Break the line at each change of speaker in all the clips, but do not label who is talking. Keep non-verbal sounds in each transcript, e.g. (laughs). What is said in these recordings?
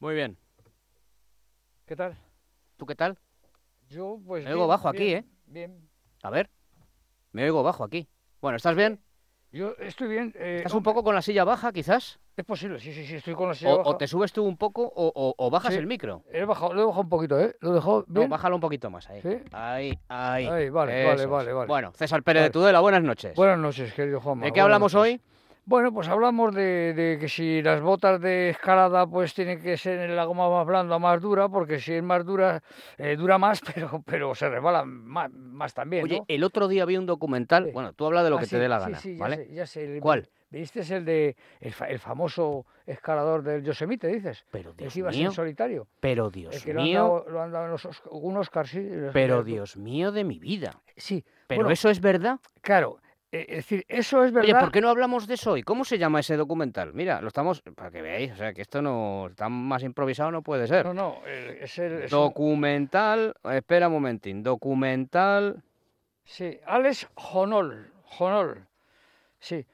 Muy bien.
¿Qué tal?
¿Tú qué tal?
Yo, pues.
Me oigo bajo aquí, ¿eh?
bien, Bien.
A ver. Me oigo bajo aquí. Bueno, ¿estás bien?
Yo estoy bien. eh,
¿Estás un
hombre,
poco con la silla baja, quizás?
Es posible, sí, sí, sí, estoy con la
O,
silla
o
baja.
te subes tú un poco o, o- o bajas
Sí.
el micro.
He bajado, lo he bajado un poquito, ¿eh? Lo he dejado
No,
bien.
bájalo un poquito más ahí.
Sí.
Ahí, ahí.
Ahí, vale,
Eso
vale,
es.
vale, vale.
Bueno, César Pérez de
Vale.
Tudela, buenas noches.
Buenas noches, querido Juanma.
¿De qué
buenas
hablamos
noches.
hoy?
Bueno, pues hablamos de, de que si las botas de escalada pues tienen que ser en la goma más blanda o más dura, porque si es más dura, eh, dura más, (laughs) pero, pero se resbala más, más también,
Oye,
¿no?
el otro día vi un documental.
Sí.
Bueno, tú habla de lo
Ah,
que
sí,
te dé la
sí,
gana,
sí, ya
¿vale?
sé, ya sé, el-
¿Cuál?
¿Viste es el de el, fa- el famoso escalador del Yosemite, dices?
Pero
El
Dios
que iba así
mío,
en solitario.
pero
El
Dios
que lo han,
mío,
dado, lo han dado en los Osc- un Oscar, sí. lo has
pero
pillado tú.
Dios mío de mi vida.
Sí,
¿Pero
Bueno,
eso es verdad?
claro. eh, es decir, eso es verdad.
Oye, ¿por qué no hablamos de eso hoy? ¿Cómo se llama ese documental? Mira, lo estamos... Para que veáis, o sea, que esto no... Tan más improvisado no puede ser.
No, no, el- es el... es un-
Documental... Espera un momentín. Documental...
sí, Alex Honol, Honol, sí.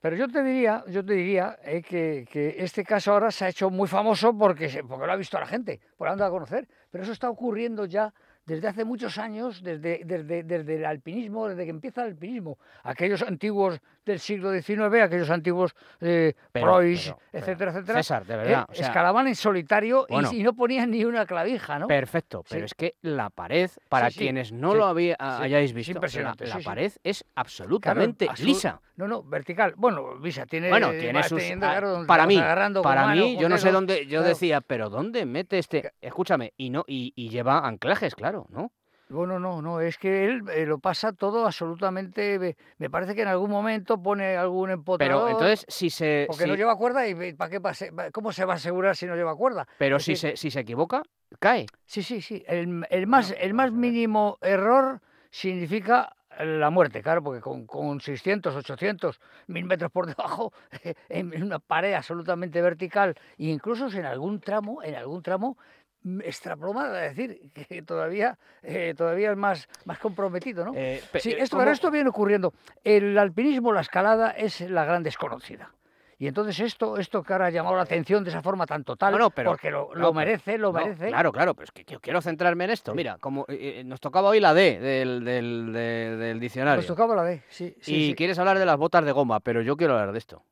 Pero yo te diría, yo te diría eh, que, que este caso ahora se ha hecho muy famoso porque, se- porque lo ha visto la gente, por anda a conocer. Pero eso está ocurriendo ya desde hace muchos años, desde, desde, desde el alpinismo, desde que empieza el alpinismo. Aquellos antiguos del siglo XIX, aquellos antiguos eh,
Pero,
Preuss,
pero, pero,
etcétera, etcétera.
César, de
eh,
verdad. o sea,
escalaban en solitario y-
bueno.
y, no ponían ni una clavija, ¿no?
Perfecto, pero
Sí.
es que la pared, para
Sí, sí,
quienes no
sí,
lo había-
sí,
hayáis
es
visto, la-
impresionante,
la,
sí, sí.
pared es absolutamente
absolu-
lisa.
No, no, vertical. Bueno, Visa tiene.
Bueno,
eh,
tiene
va
sus...
teniendo,
ah,
claro, donde
para
vamos
mí,
agarrando con
para
mano,
mí,
con
yo no sé
dedo.
dónde... Yo
claro.
decía, pero ¿dónde mete este...? Escúchame, y no y, y lleva anclajes, claro, ¿no?
Bueno, no, no, es que él eh, lo pasa todo absolutamente. ve- Me parece que en algún momento pone algún empotrador.
Pero entonces, eh, si se...
Porque
si-
no lleva cuerda y ve- ¿para qué pase- pa- ¿Cómo se va a asegurar si no lleva cuerda?
Pero
es
si
que-
se, si se equivoca, cae.
Sí, sí, sí. El, el más,
Bueno, pues vamos
el más
a ver.
mínimo error significa la muerte, claro, porque con, con 600, 800, 1000 metros por debajo, (laughs) en una pared absolutamente vertical, e incluso en algún tramo, en algún tramo mm, extraplomada, es decir, (laughs) que todavía, eh, todavía es más, más comprometido, ¿no?
Eh, pe-
Sí,
eh,
esto,
¿cómo-
pero esto viene ocurriendo. El alpinismo, la escalada, es la gran desconocida. Y entonces esto, esto que ahora ha llamado la atención de esa forma tan total,
No, no, pero-
porque
no,
lo, lo
pero-
merece, lo
no,
merece.
claro, claro, pero es que yo quiero centrarme en esto. Mira, como eh, eh, nos tocaba hoy la D del, del- de- del diccionario.
Nos tocaba Pues la D, sí. sí,
y
sí.
quieres hablar de las botas de goma, pero yo quiero hablar de esto.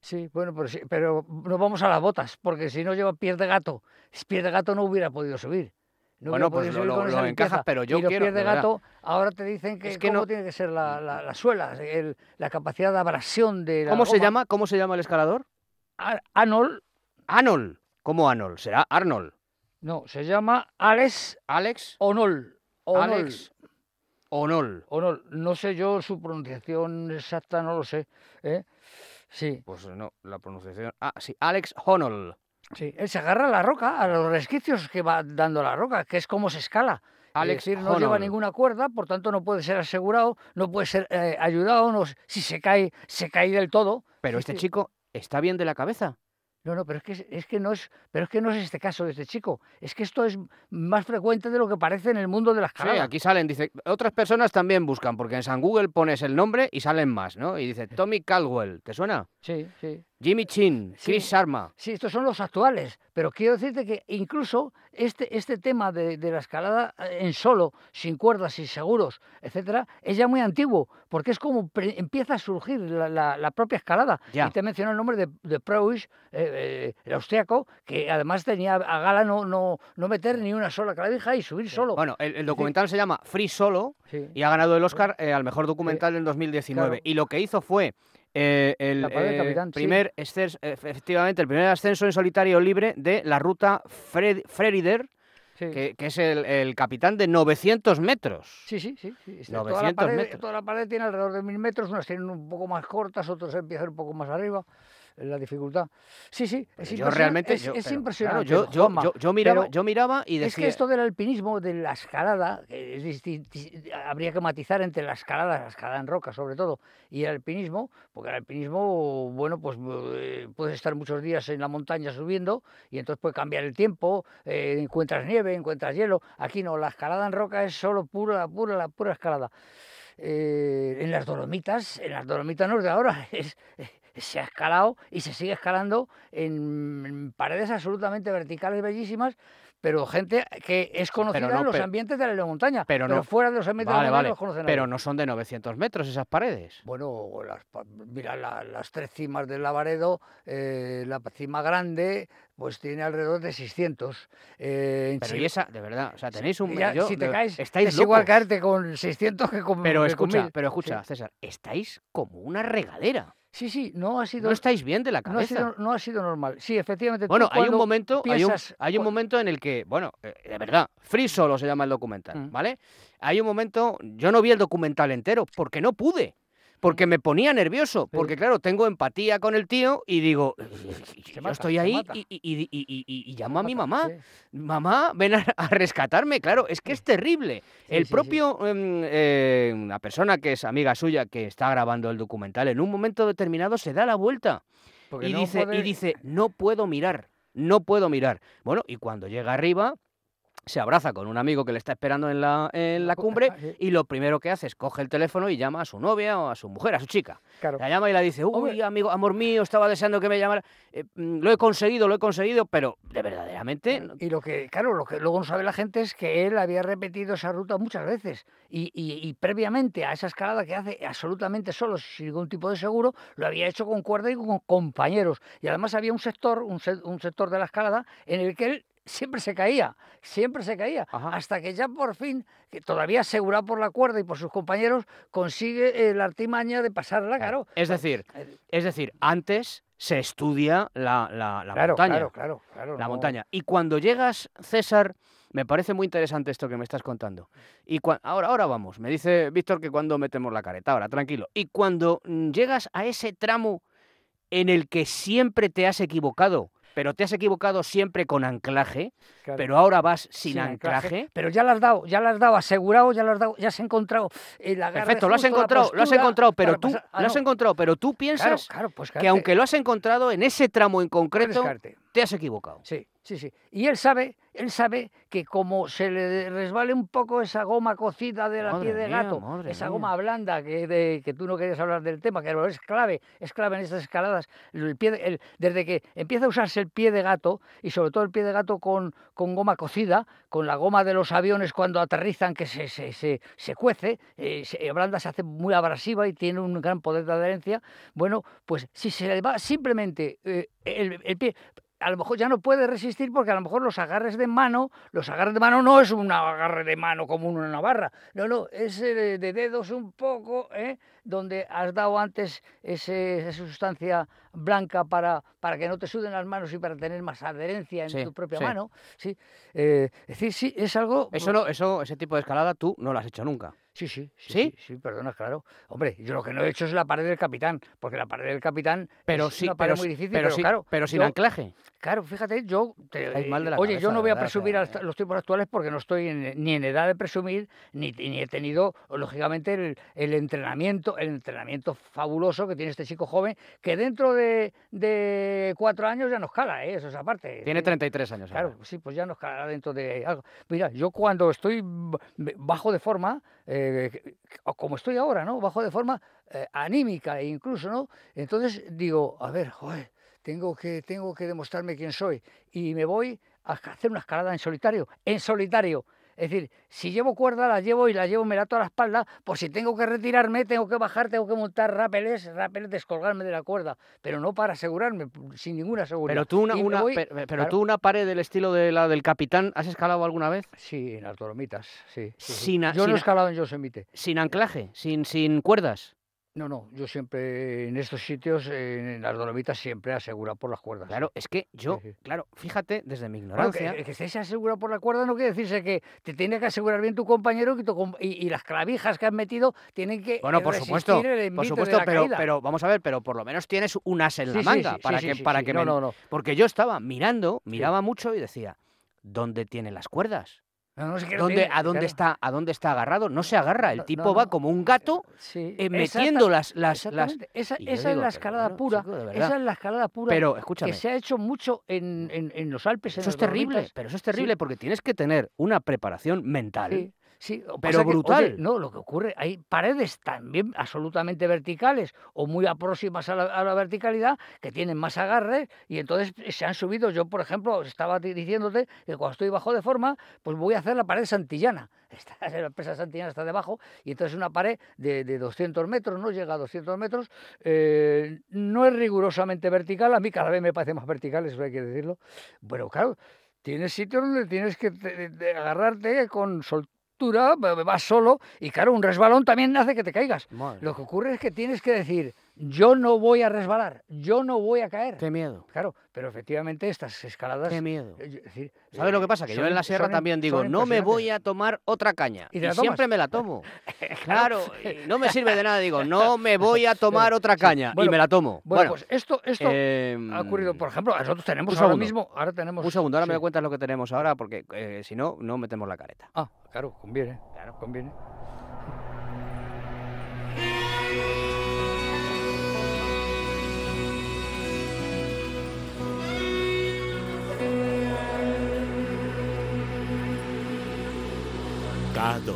Sí, bueno, pero, sí, pero nos vamos a las botas, porque si no lleva pies de gato, si pies de gato no hubiera podido subir. No
Bueno,
hubiera
pues
podido
lo-
subir
lo-
con esa
lo encajas,
limpieza.
pero yo
y los
quiero,
pies de
de verdad.
gato, ahora te dicen que,
Es que
cómo
no-
tiene que ser la, la, la suela, el- la capacidad de abrasión de la
¿Cómo se
goma.
llama? ¿Cómo se llama el escalador?
Ar- Arnold,
Arnold. ¿Cómo Arnold? Será Arnold.
no, se llama Alex
Alex
Onol. Onol.
Alex. Onol.
Onol. No sé yo su pronunciación exacta, no lo sé. ¿eh? Sí.
Pues no, la pronunciación. Ah, sí, Alex Honol.
Sí, él se agarra a la roca, a los resquicios que va dando la roca, que es como se escala.
Alex
es decir, no lleva
Honnold.
ninguna cuerda, por tanto no puede ser asegurado, no puede ser eh, ayudado, no, si se cae, se cae del todo.
Pero
Sí,
este
sí.
chico está bien de la cabeza.
No, no, pero es que, es- es que no es, pero es que no es este caso de este chico. Es que esto es más frecuente de lo que parece en el mundo de las
Sí,
escalada.
aquí salen, dice, otras personas también buscan, porque en San Google pones el nombre y salen más, ¿no? Y dice, Tommy Caldwell, ¿te suena?
sí, sí.
Jimmy Chin,
Sí.
Chris Sharma.
Sí, estos son los actuales, pero quiero decirte que incluso este, este tema de, de la escalada eh, en solo, sin cuerdas, sin seguros, etcétera, es ya muy antiguo, porque es como pre- empieza a surgir la, la- la propia escalada.
Ya.
Y te menciono el nombre de, de Preuss, eh, eh, el austriaco, que además tenía a gala no, no, no meter ni una sola clavija y subir solo.
Bueno, el, el documental se llama Free Solo
Sí.
y ha ganado el Oscar eh, al mejor documental en 2019.
claro.
Y lo que hizo fue eh, el
La pared del
eh,
capitán, sí.
primer ascenso- efectivamente, el primer ascenso en solitario libre de la ruta Fred, Frerider,
sí.
que, que es el, el capitán de 900 metros.
Sí, sí, sí. sí, está-
900
toda la, pared,
metros.
toda la pared tiene alrededor de mil metros, unas tienen un poco más cortas, otras empiezan un poco más arriba, eh, la dificultad. Sí, sí,
Pero Pues
es
yo
impresionante.
realmente...
es,
yo-
es
pero, claro,
impresionante.
yo, yo-
Juanma,
yo- yo miraba,
pero
yo miraba y decía...
Es que esto del alpinismo, de la escalada, eh, es distin- dis- habría que matizar entre la escalada, la escalada en roca sobre todo, y el alpinismo, porque el alpinismo, bueno, pues eh, puedes estar muchos días en la montaña subiendo y entonces puede cambiar el tiempo, eh, encuentras nieve, encuentras hielo. Aquí no, la escalada en roca es solo pura, pura, la pura escalada. Eh, en las Dolomitas, en las Dolomitas no es de ahora, (laughs) es, se ha escalado y se sigue escalando en, en paredes absolutamente verticales bellísimas, pero gente que es conocida
no,
en los
pero-
ambientes de la eleomontaña,
pero
pero,
no-
fuera de los ambientes de
Vale,
la
vale.
montaña no los conoce nadie.
Pero no son de 900 metros esas paredes.
Bueno, las, pa- mira, la- las tres cimas del Lavaredo, eh, la cima grande, pues tiene alrededor de 600. Eh, en
Pero
Chi-
y esa, de verdad, o sea, tenéis un...
ya,
yo-
si te
de-
caes,
estáis
es igual
locos.
caerte con 600 que con
Pero
que con
escucha,
mil.
pero escucha, César, estáis como una regadera.
Sí, sí, no ha sido,
No estáis bien de la
no ha
cabeza.
sido, no ha sido normal. Sí, efectivamente. tú
Bueno, hay un
cuando-
momento, hay un,
piensas
hay un
cua-
momento en el que, bueno, eh, de verdad, Free Solo se llama el documental,
Mm.
¿vale? Hay un momento, yo no vi el documental entero porque no pude.
Mm.
Porque me ponía nervioso,
Sí.
porque claro, tengo empatía con el tío y digo, yo
mata,
estoy
se
ahí
mata.
y, y- y- y- y- y- y llamo a mi
Mata,
mamá,
sí.
mamá, ven a, a rescatarme, claro, es que es terrible. el
sí, sí.
propio, em, eh, una persona que es amiga suya, que está grabando el documental, en un momento determinado se da la vuelta
Porque
y,
no
dice, y
puede-
dice, no puedo mirar, no puedo mirar. Bueno, y cuando llega arriba, se abraza con un amigo que le está esperando en la, en
(laughs)
la
cu-
cumbre
ah, sí,
y lo primero que hace es coge el teléfono y llama a su novia o a su mujer, a su chica.
claro.
La llama y la dice, uy,
Hombre.
amigo, amor mío, estaba deseando que me llamara. Eh, mm, lo he conseguido, lo he conseguido, pero de verdaderamente... no-
Y lo que, claro, lo que luego no sabe la gente es que él había repetido esa ruta muchas veces. Y, y- y previamente a esa escalada que hace absolutamente solo, sin ningún tipo de seguro, lo había hecho con cuerda y con compañeros. Y además había un sector, un, se- un sector de la escalada en el que él siempre se caía, siempre se caía.
Ajá.
Hasta que ya por fin, que todavía asegurado por la cuerda y por sus compañeros, consigue eh, la artimaña de pasarla, Ah, claro.
Es decir,
Eh,
es decir, antes se estudia la, la- la
claro,
montaña.
claro, claro, claro,
la
no-
montaña. Y cuando llegas, César, me parece muy interesante esto que me estás contando. Y cua- ahora, ahora vamos, me dice Víctor que cuando metemos la careta, ahora tranquilo. Y cuando mm, llegas a ese tramo en el que siempre te has equivocado, pero te has equivocado siempre con anclaje,
claro.
pero ahora vas sin,
sin
anclaje.
Pero ya lo has dado, ya lo has dado asegurado, ya lo has dado, ya has encontrado el agarre
Perfecto, lo has
justo, la
encontrado, lo has
postura
encontrado, pero
para
tú,
pasar- ah,
lo has
no,
encontrado, pero tú
claro,
piensas
claro, pues
que
claro,
aunque lo has encontrado en ese tramo en
puedes
concreto,
caerte.
te has equivocado.
Sí, sí, sí. Y él sabe, él sabe que como se le resbale un poco esa goma cocida de la
Madre
piel de
mía,
gato,
madre
esa
mía.
goma blanda que, de- que tú no querías hablar del tema, que es clave, es clave en estas escaladas, el pie de- el- desde que empieza a usarse el pie de gato, y sobre todo el pie de gato con, con goma cocida, con la goma de los aviones cuando aterrizan que se, se, se, se cuece, eh, se ablanda, se hace muy abrasiva y tiene un gran poder de adherencia, bueno, pues si se le va simplemente eh, el, el pie, a lo mejor ya no puede resistir porque a lo mejor los agarres de mano, los agarres de mano no es un agarre de mano como una navarra, no, no, es eh, de, de dedos un poco, ¿eh? donde has dado antes ese- esa sustancia blanca para, para que no te suden las manos y para tener más adherencia en
Sí,
tu propia
sí.
mano, ¿sí? Eh, es decir, sí, es algo...
Eso no, eso, ese tipo de escalada tú no lo has hecho nunca.
Sí, sí,
¿Sí?
sí, sí, sí, perdona, claro. Hombre, yo lo que no he hecho es la pared del capitán, porque la pared del capitán
Pero
es
sí,
una pared
pero,
muy
sí-
difícil,
pero, eh,
pero,
sí-
claro,
pero sin
yo-
anclaje.
Claro, fíjate, yo. te-
Estáis mal de la
oye,
cabeza,
yo no
de
voy a
verdad, o sea,
presumir
eh.
hasta los tiempos actuales porque no estoy en- ni en edad de presumir, ni, ni he tenido, lógicamente, el, el entrenamiento, el entrenamiento fabuloso que tiene este chico joven, que dentro de, de cuatro años ya nos cala, ¿eh? eso es aparte.
Tiene
Sí.
33 años. ahora.
Claro, sí, pues ya nos calará dentro de algo. Mira, yo cuando estoy b- b- bajo de forma, eh, que- que- o como estoy ahora, ¿no? Bajo de forma eh, anímica e incluso, ¿no? Entonces digo, a ver, joder, tengo que, tengo que demostrarme quién soy. Y me voy a ca- hacer una escalada en solitario, en solitario. Es decir, si llevo cuerda, la llevo y la llevo, me la ato a la espalda, por si tengo que retirarme, tengo que bajar, tengo que montar rápeles, rápeles, descolgarme de la cuerda, pero no para asegurarme, sin ninguna seguridad.
Pero tú una,
Y me
una-
voy-
per- per- pero
claro.
tú una pared del estilo de la del capitán, ¿has escalado alguna vez?
Sí, en las Dolomitas, sí. sí, sí.
Sin a-
yo
sin
no
a-
he escalado en Yosemite.
Sin anclaje, sin, sin cuerdas.
No, no, yo siempre en estos sitios, eh, en las Dolomitas, siempre asegurado por las cuerdas.
Claro, es que yo,
sí.
claro, fíjate, desde mi
Claro,
ignorancia.
que, que estés asegurado por la cuerda no quiere decirse que te tiene que asegurar bien tu compañero que tu com- y, y las clavijas que has metido tienen que
Bueno, por
resistir
supuesto,
el envite
por
de
supuesto,
la
pero,
caída.
pero vamos a ver, pero por lo menos tienes un as en
Sí,
la
sí,
manga
sí,
para
sí,
que
sí,
para
sí.
que
no,
me-
no, no,
porque yo estaba mirando, miraba mucho y decía, ¿dónde tiene las cuerdas?
no, no sé qué
¿Dónde,
tiene,
¿A dónde
claro.
está a dónde está agarrado? No se agarra, el
No,
tipo
no,
va
no.
como un gato
Sí,
eh,
exacta-
metiendo las las, las
exactamente, Esa,
y yo
esa
digo,
es la
pero
escalada
bueno,
pura.
chico, de verdad.
esa es la escalada pura
Pero
que
escúchame,
se ha hecho mucho en, en- en los Alpes. en
Eso es
las
terrible,
Dolomitas.
pero eso es terrible porque tienes que tener una preparación mental.
Sí, Sí, o
Pero
pasa que, oye,
brutal.
no, lo que ocurre, hay paredes también absolutamente verticales o muy próximas a la, a la verticalidad que tienen más agarre y entonces se han subido. Yo, por ejemplo, estaba di- diciéndote que cuando estoy bajo de forma, pues voy a hacer la pared santillana. (laughs) Está, la presa santillana está debajo y entonces es una pared de, de 200 metros, no llega a 200 metros. eh, no es rigurosamente vertical, a mí cada vez me parece más vertical, eso hay que decirlo. Pero claro, tienes sitios donde tienes que te- te- agarrarte con soltura altura, va- vas solo y claro, un resbalón también hace que te caigas.
Madre
Lo que ocurre es que tienes que decir, yo no voy a resbalar, yo no voy a caer.
Qué miedo,
Claro, pero efectivamente estas escaladas...
qué miedo.
eh, yo- es decir,
¿Sabes lo que
eh,
pasa? Que yo
son
en la
im-
sierra
son im-
también digo,
son
no me voy a
impresionantes.
tomar otra caña.
¿Y
Y,
te la tomas? pues,
siempre me la
(laughs)
tomo. Claro, y no me sirve de nada. Digo, no me voy a tomar otra
Sí.
caña.
Bueno,
y me la tomo.
Bueno,
Bueno,
pues esto, esto
em,
ha ocurrido, por ejemplo, nosotros tenemos
un
ahora
segundo.
mismo... Ahora tenemos,
Un segundo, ahora me
Pues sí.
cuentas lo que tenemos ahora, porque eh, si no, no metemos la careta.
Ah, claro, conviene,
Claro.
conviene.
K2.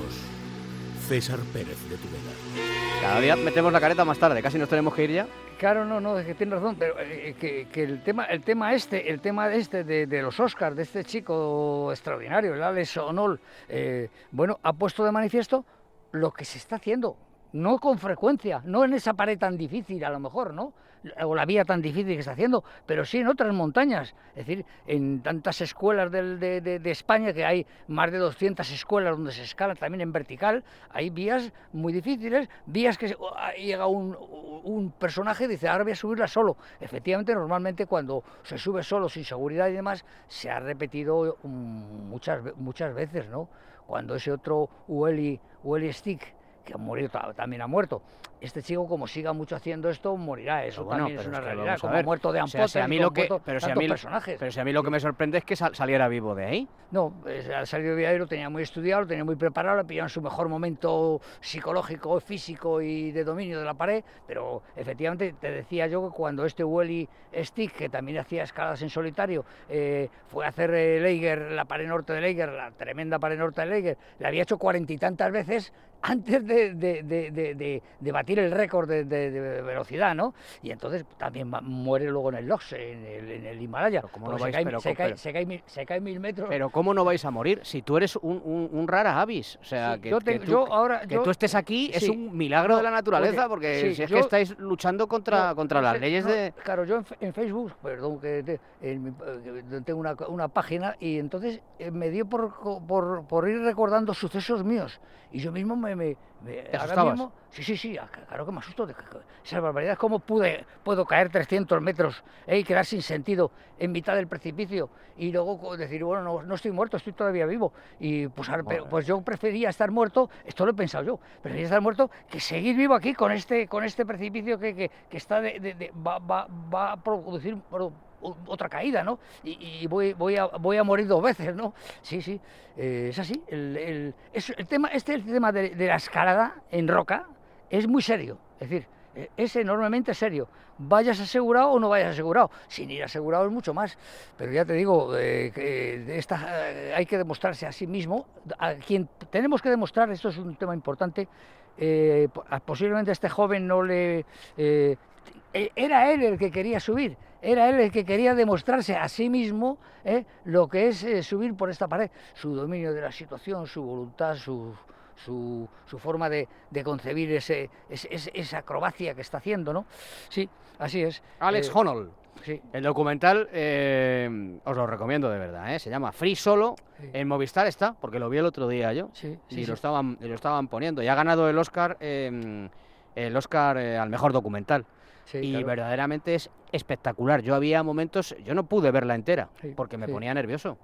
César Pérez de Tubela.
Cada día metemos la careta más tarde, casi nos tenemos que ir ya.
Claro, no, no, es que tienes razón, pero eh, que, que el tema, el tema este, el tema este de, de los Oscars, de este chico extraordinario, el Alex O'Neill, eh, bueno, ha puesto de manifiesto lo que se está haciendo, no con frecuencia, no en esa pared tan difícil a lo mejor, ¿no? O la vía tan difícil que está haciendo, pero sí en otras montañas, es decir, en tantas escuelas del- de, de- de España, que hay más de 200 escuelas donde se escala también en vertical, hay vías muy difíciles, vías que se- o- ah, llega un, un personaje y dice, ahora voy a subirla solo. Efectivamente, normalmente cuando se sube solo, sin seguridad y demás, se ha repetido mm, muchas, ve- muchas veces, ¿no? Cuando ese otro Ueli, Ueli Stick, que ha morido, ta- también ha muerto. Este chico, como siga mucho haciendo esto, morirá. Eso
bueno,
también es
pero
una
es que
realidad.
vamos a
Como ha
ver.
muerto de
O sea,
Ampote,
si a mí
como
lo
han
que-
muerto
pero si a
tantos
mí lo-
personajes.
Pero si a mí lo que me sorprende es que sal- saliera vivo de
(laughs)
ahí.
No, eh, ha salido bien, lo tenía muy estudiado, lo tenía muy preparado, lo pilló en su mejor momento psicológico, físico y de dominio de la pared, pero efectivamente te decía yo que cuando este Welly Stick, que también hacía escaladas en solitario, eh, fue a hacer eh, Leiger, la pared norte de Leiger, la tremenda pared norte de Leiger, la había hecho cuarenta y tantas veces antes de, de- de- de- de- de batir el récord de, de- de velocidad, ¿no? Y entonces también ma- muere luego en el LOX, en el, en el Himalaya.
Pero cómo
porque
no
se
vais,
cae-
pero
se
co-
cae-
pero-
se cae mil- se cae mil metros.
Pero ¿cómo no vais a morir si tú eres un, un- un rara avis? O sea,
Sí,
que,
yo
que
te-
tú,
yo ahora-
que
yo-
tú estés aquí es
sí.
un milagro de la
No,
naturaleza,
oye,
porque
sí,
si es
yo-
que estáis luchando contra,
No,
contra
no
las
sé,
leyes
no,
de... eh,
Claro, yo en, fe- en Facebook, perdón, que te- en mi- eh, que tengo una, una página y entonces eh, me dio por, co- por, por ir recordando sucesos míos. Y yo mismo me... me, me-
asustabas?
mismo, sí, sí, sí, ah, claro que me asusto. De, que- que- esas barbaridades, ¿cómo pude, puedo caer 300 metros eh, y quedar sin sentido en mitad del precipicio? Y luego co- decir, bueno, no, no estoy muerto, estoy todavía vivo. Y pues, ahora- pero-
Madre.
pues yo prefería estar muerto, esto lo he pensado yo, prefería estar muerto que seguir vivo aquí con este, con este precipicio que, que- que está de, de- de- va, va- va a producir pro- o- otra caída, ¿no? Y, y voy, voy, a, voy a morir dos veces, ¿no? Sí, sí, eh, es así. El, el- es- el tema, este el tema de, de la escalada en roca es muy serio, es decir, eh, es enormemente serio. Vayas asegurado o no vayas asegurado, sin ir asegurado es mucho más. Pero ya te digo, eh, que de esta, eh, hay que demostrarse a sí mismo. A quien tenemos que demostrar, esto es un tema importante, eh, po- a- posiblemente a este joven no le... eh, e- era él el que quería subir, era él el que quería demostrarse a sí mismo eh, lo que es eh, subir por esta pared, su dominio de la situación, su voluntad, su, su, su forma de, de concebir ese, ese- ese- esa acrobacia que está haciendo, ¿no? Sí, así es.
Alex
Eh,
Honnold.
sí.
El documental eh, os lo recomiendo de verdad, ¿eh? se llama Free Solo.
Sí.
En Movistar está, porque lo vi el otro día yo.
Sí,
y
sí,
lo
sí.
estaban y lo estaban poniendo. Y ha ganado el Oscar eh, el Oscar eh, al mejor documental.
Sí,
y
claro.
verdaderamente es espectacular. Yo había momentos, yo no pude verla entera,
Sí,
porque me
sí.
ponía nervioso.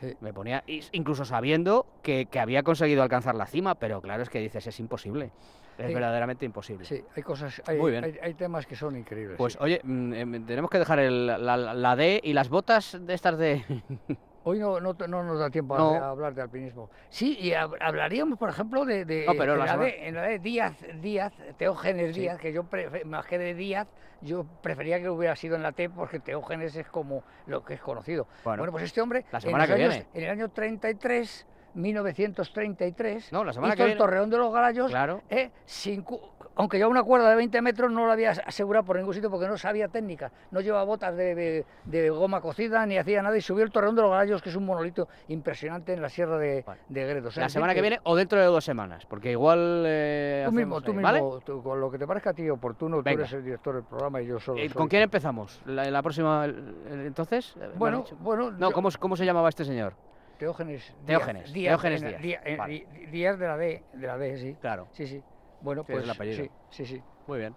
Sí.
Me ponía, y- incluso sabiendo que, que había conseguido alcanzar la cima, pero claro, es que dices, es imposible. Es
Sí.
verdaderamente imposible.
Sí, hay cosas, hay,
Muy bien.
hay- hay temas que son increíbles.
Pues
sí.
oye, mm, em, tenemos que dejar el- la, la- la D y las botas de estas de... (laughs)
Hoy no, no, te- no nos da tiempo a-
No.
a, hablar de alpinismo. Sí, y hab- hablaríamos, por ejemplo, de, de-
No, pero
en,
la
la
semana-
de, en la de Díaz, Díaz, Teógenes
Sí.
Díaz, que yo, prefe- más que de Díaz, yo prefería que hubiera sido en la T, porque Teógenes es como lo que es conocido.
Bueno,
Bueno, pues este hombre,
la semana
en, los
que
años-
viene.
en el año 33, 1933,
No, la semana
hizo
que
el
viene-
Torreón de los Gallos,
Claro.
eh, sin cu- aunque llevaba una cuerda de 20 metros, no la había asegurado por ningún sitio porque no sabía técnica. No llevaba botas de, de- de goma cocida ni hacía nada y subió el Torreón de los Gallos, que es un monolito impresionante en la sierra de,
Vale.
de Gredos. Es
La
decir
semana que viene o dentro de dos semanas, porque igual. eh,
Tú mismo,
hacemos
tú
ahí,
mismo,
¿vale?
tú, con lo que te parezca a ti oportuno,
Venga.
tú eres el director del programa y yo solo.
Eh,
soy-
¿Con quién empezamos? ¿La, la próxima, el- el- entonces? Eh, me han
Bueno,
dicho.
bueno,
No,
yo-
¿cómo, cómo se llamaba este señor?
Teógenes. Díaz,
Teógenes, Teógenes
en-
Díaz,
Díaz, en-
vale.
Di- Díaz de la D, de la D, sí.
Claro,
Sí, sí. Bueno,
Sí, es
pues
el apellido.
sí, sí, sí.
muy bien.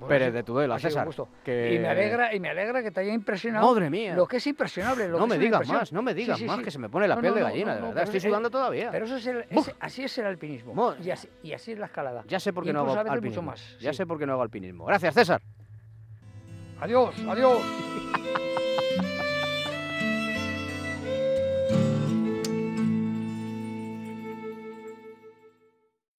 Bueno,
Pérez
sí,
de Tudela,
ha sido un
César.
gusto.
que-
Y me alegra, y me alegra que te haya impresionado.
Madre mía.
Lo que es impresionable. Lo
No
que
me
es una
digas
impresión.
más, no me
Sí,
digas
sí,
más,
sí.
que se me pone la
No,
piel
no,
de
no,
gallina,
no,
de
no,
verdad.
pero
Estoy
eso- eh,
sudando todavía.
Pero eso es el,
Buf.
ese- así es el alpinismo.
Mo-
Y así, y así es la escalada.
Ya sé por qué no hago
Incluso a veces
alpinismo.
mucho más.
Ya
sí.
sé por qué no hago alpinismo. Gracias, César.
Adiós, adiós.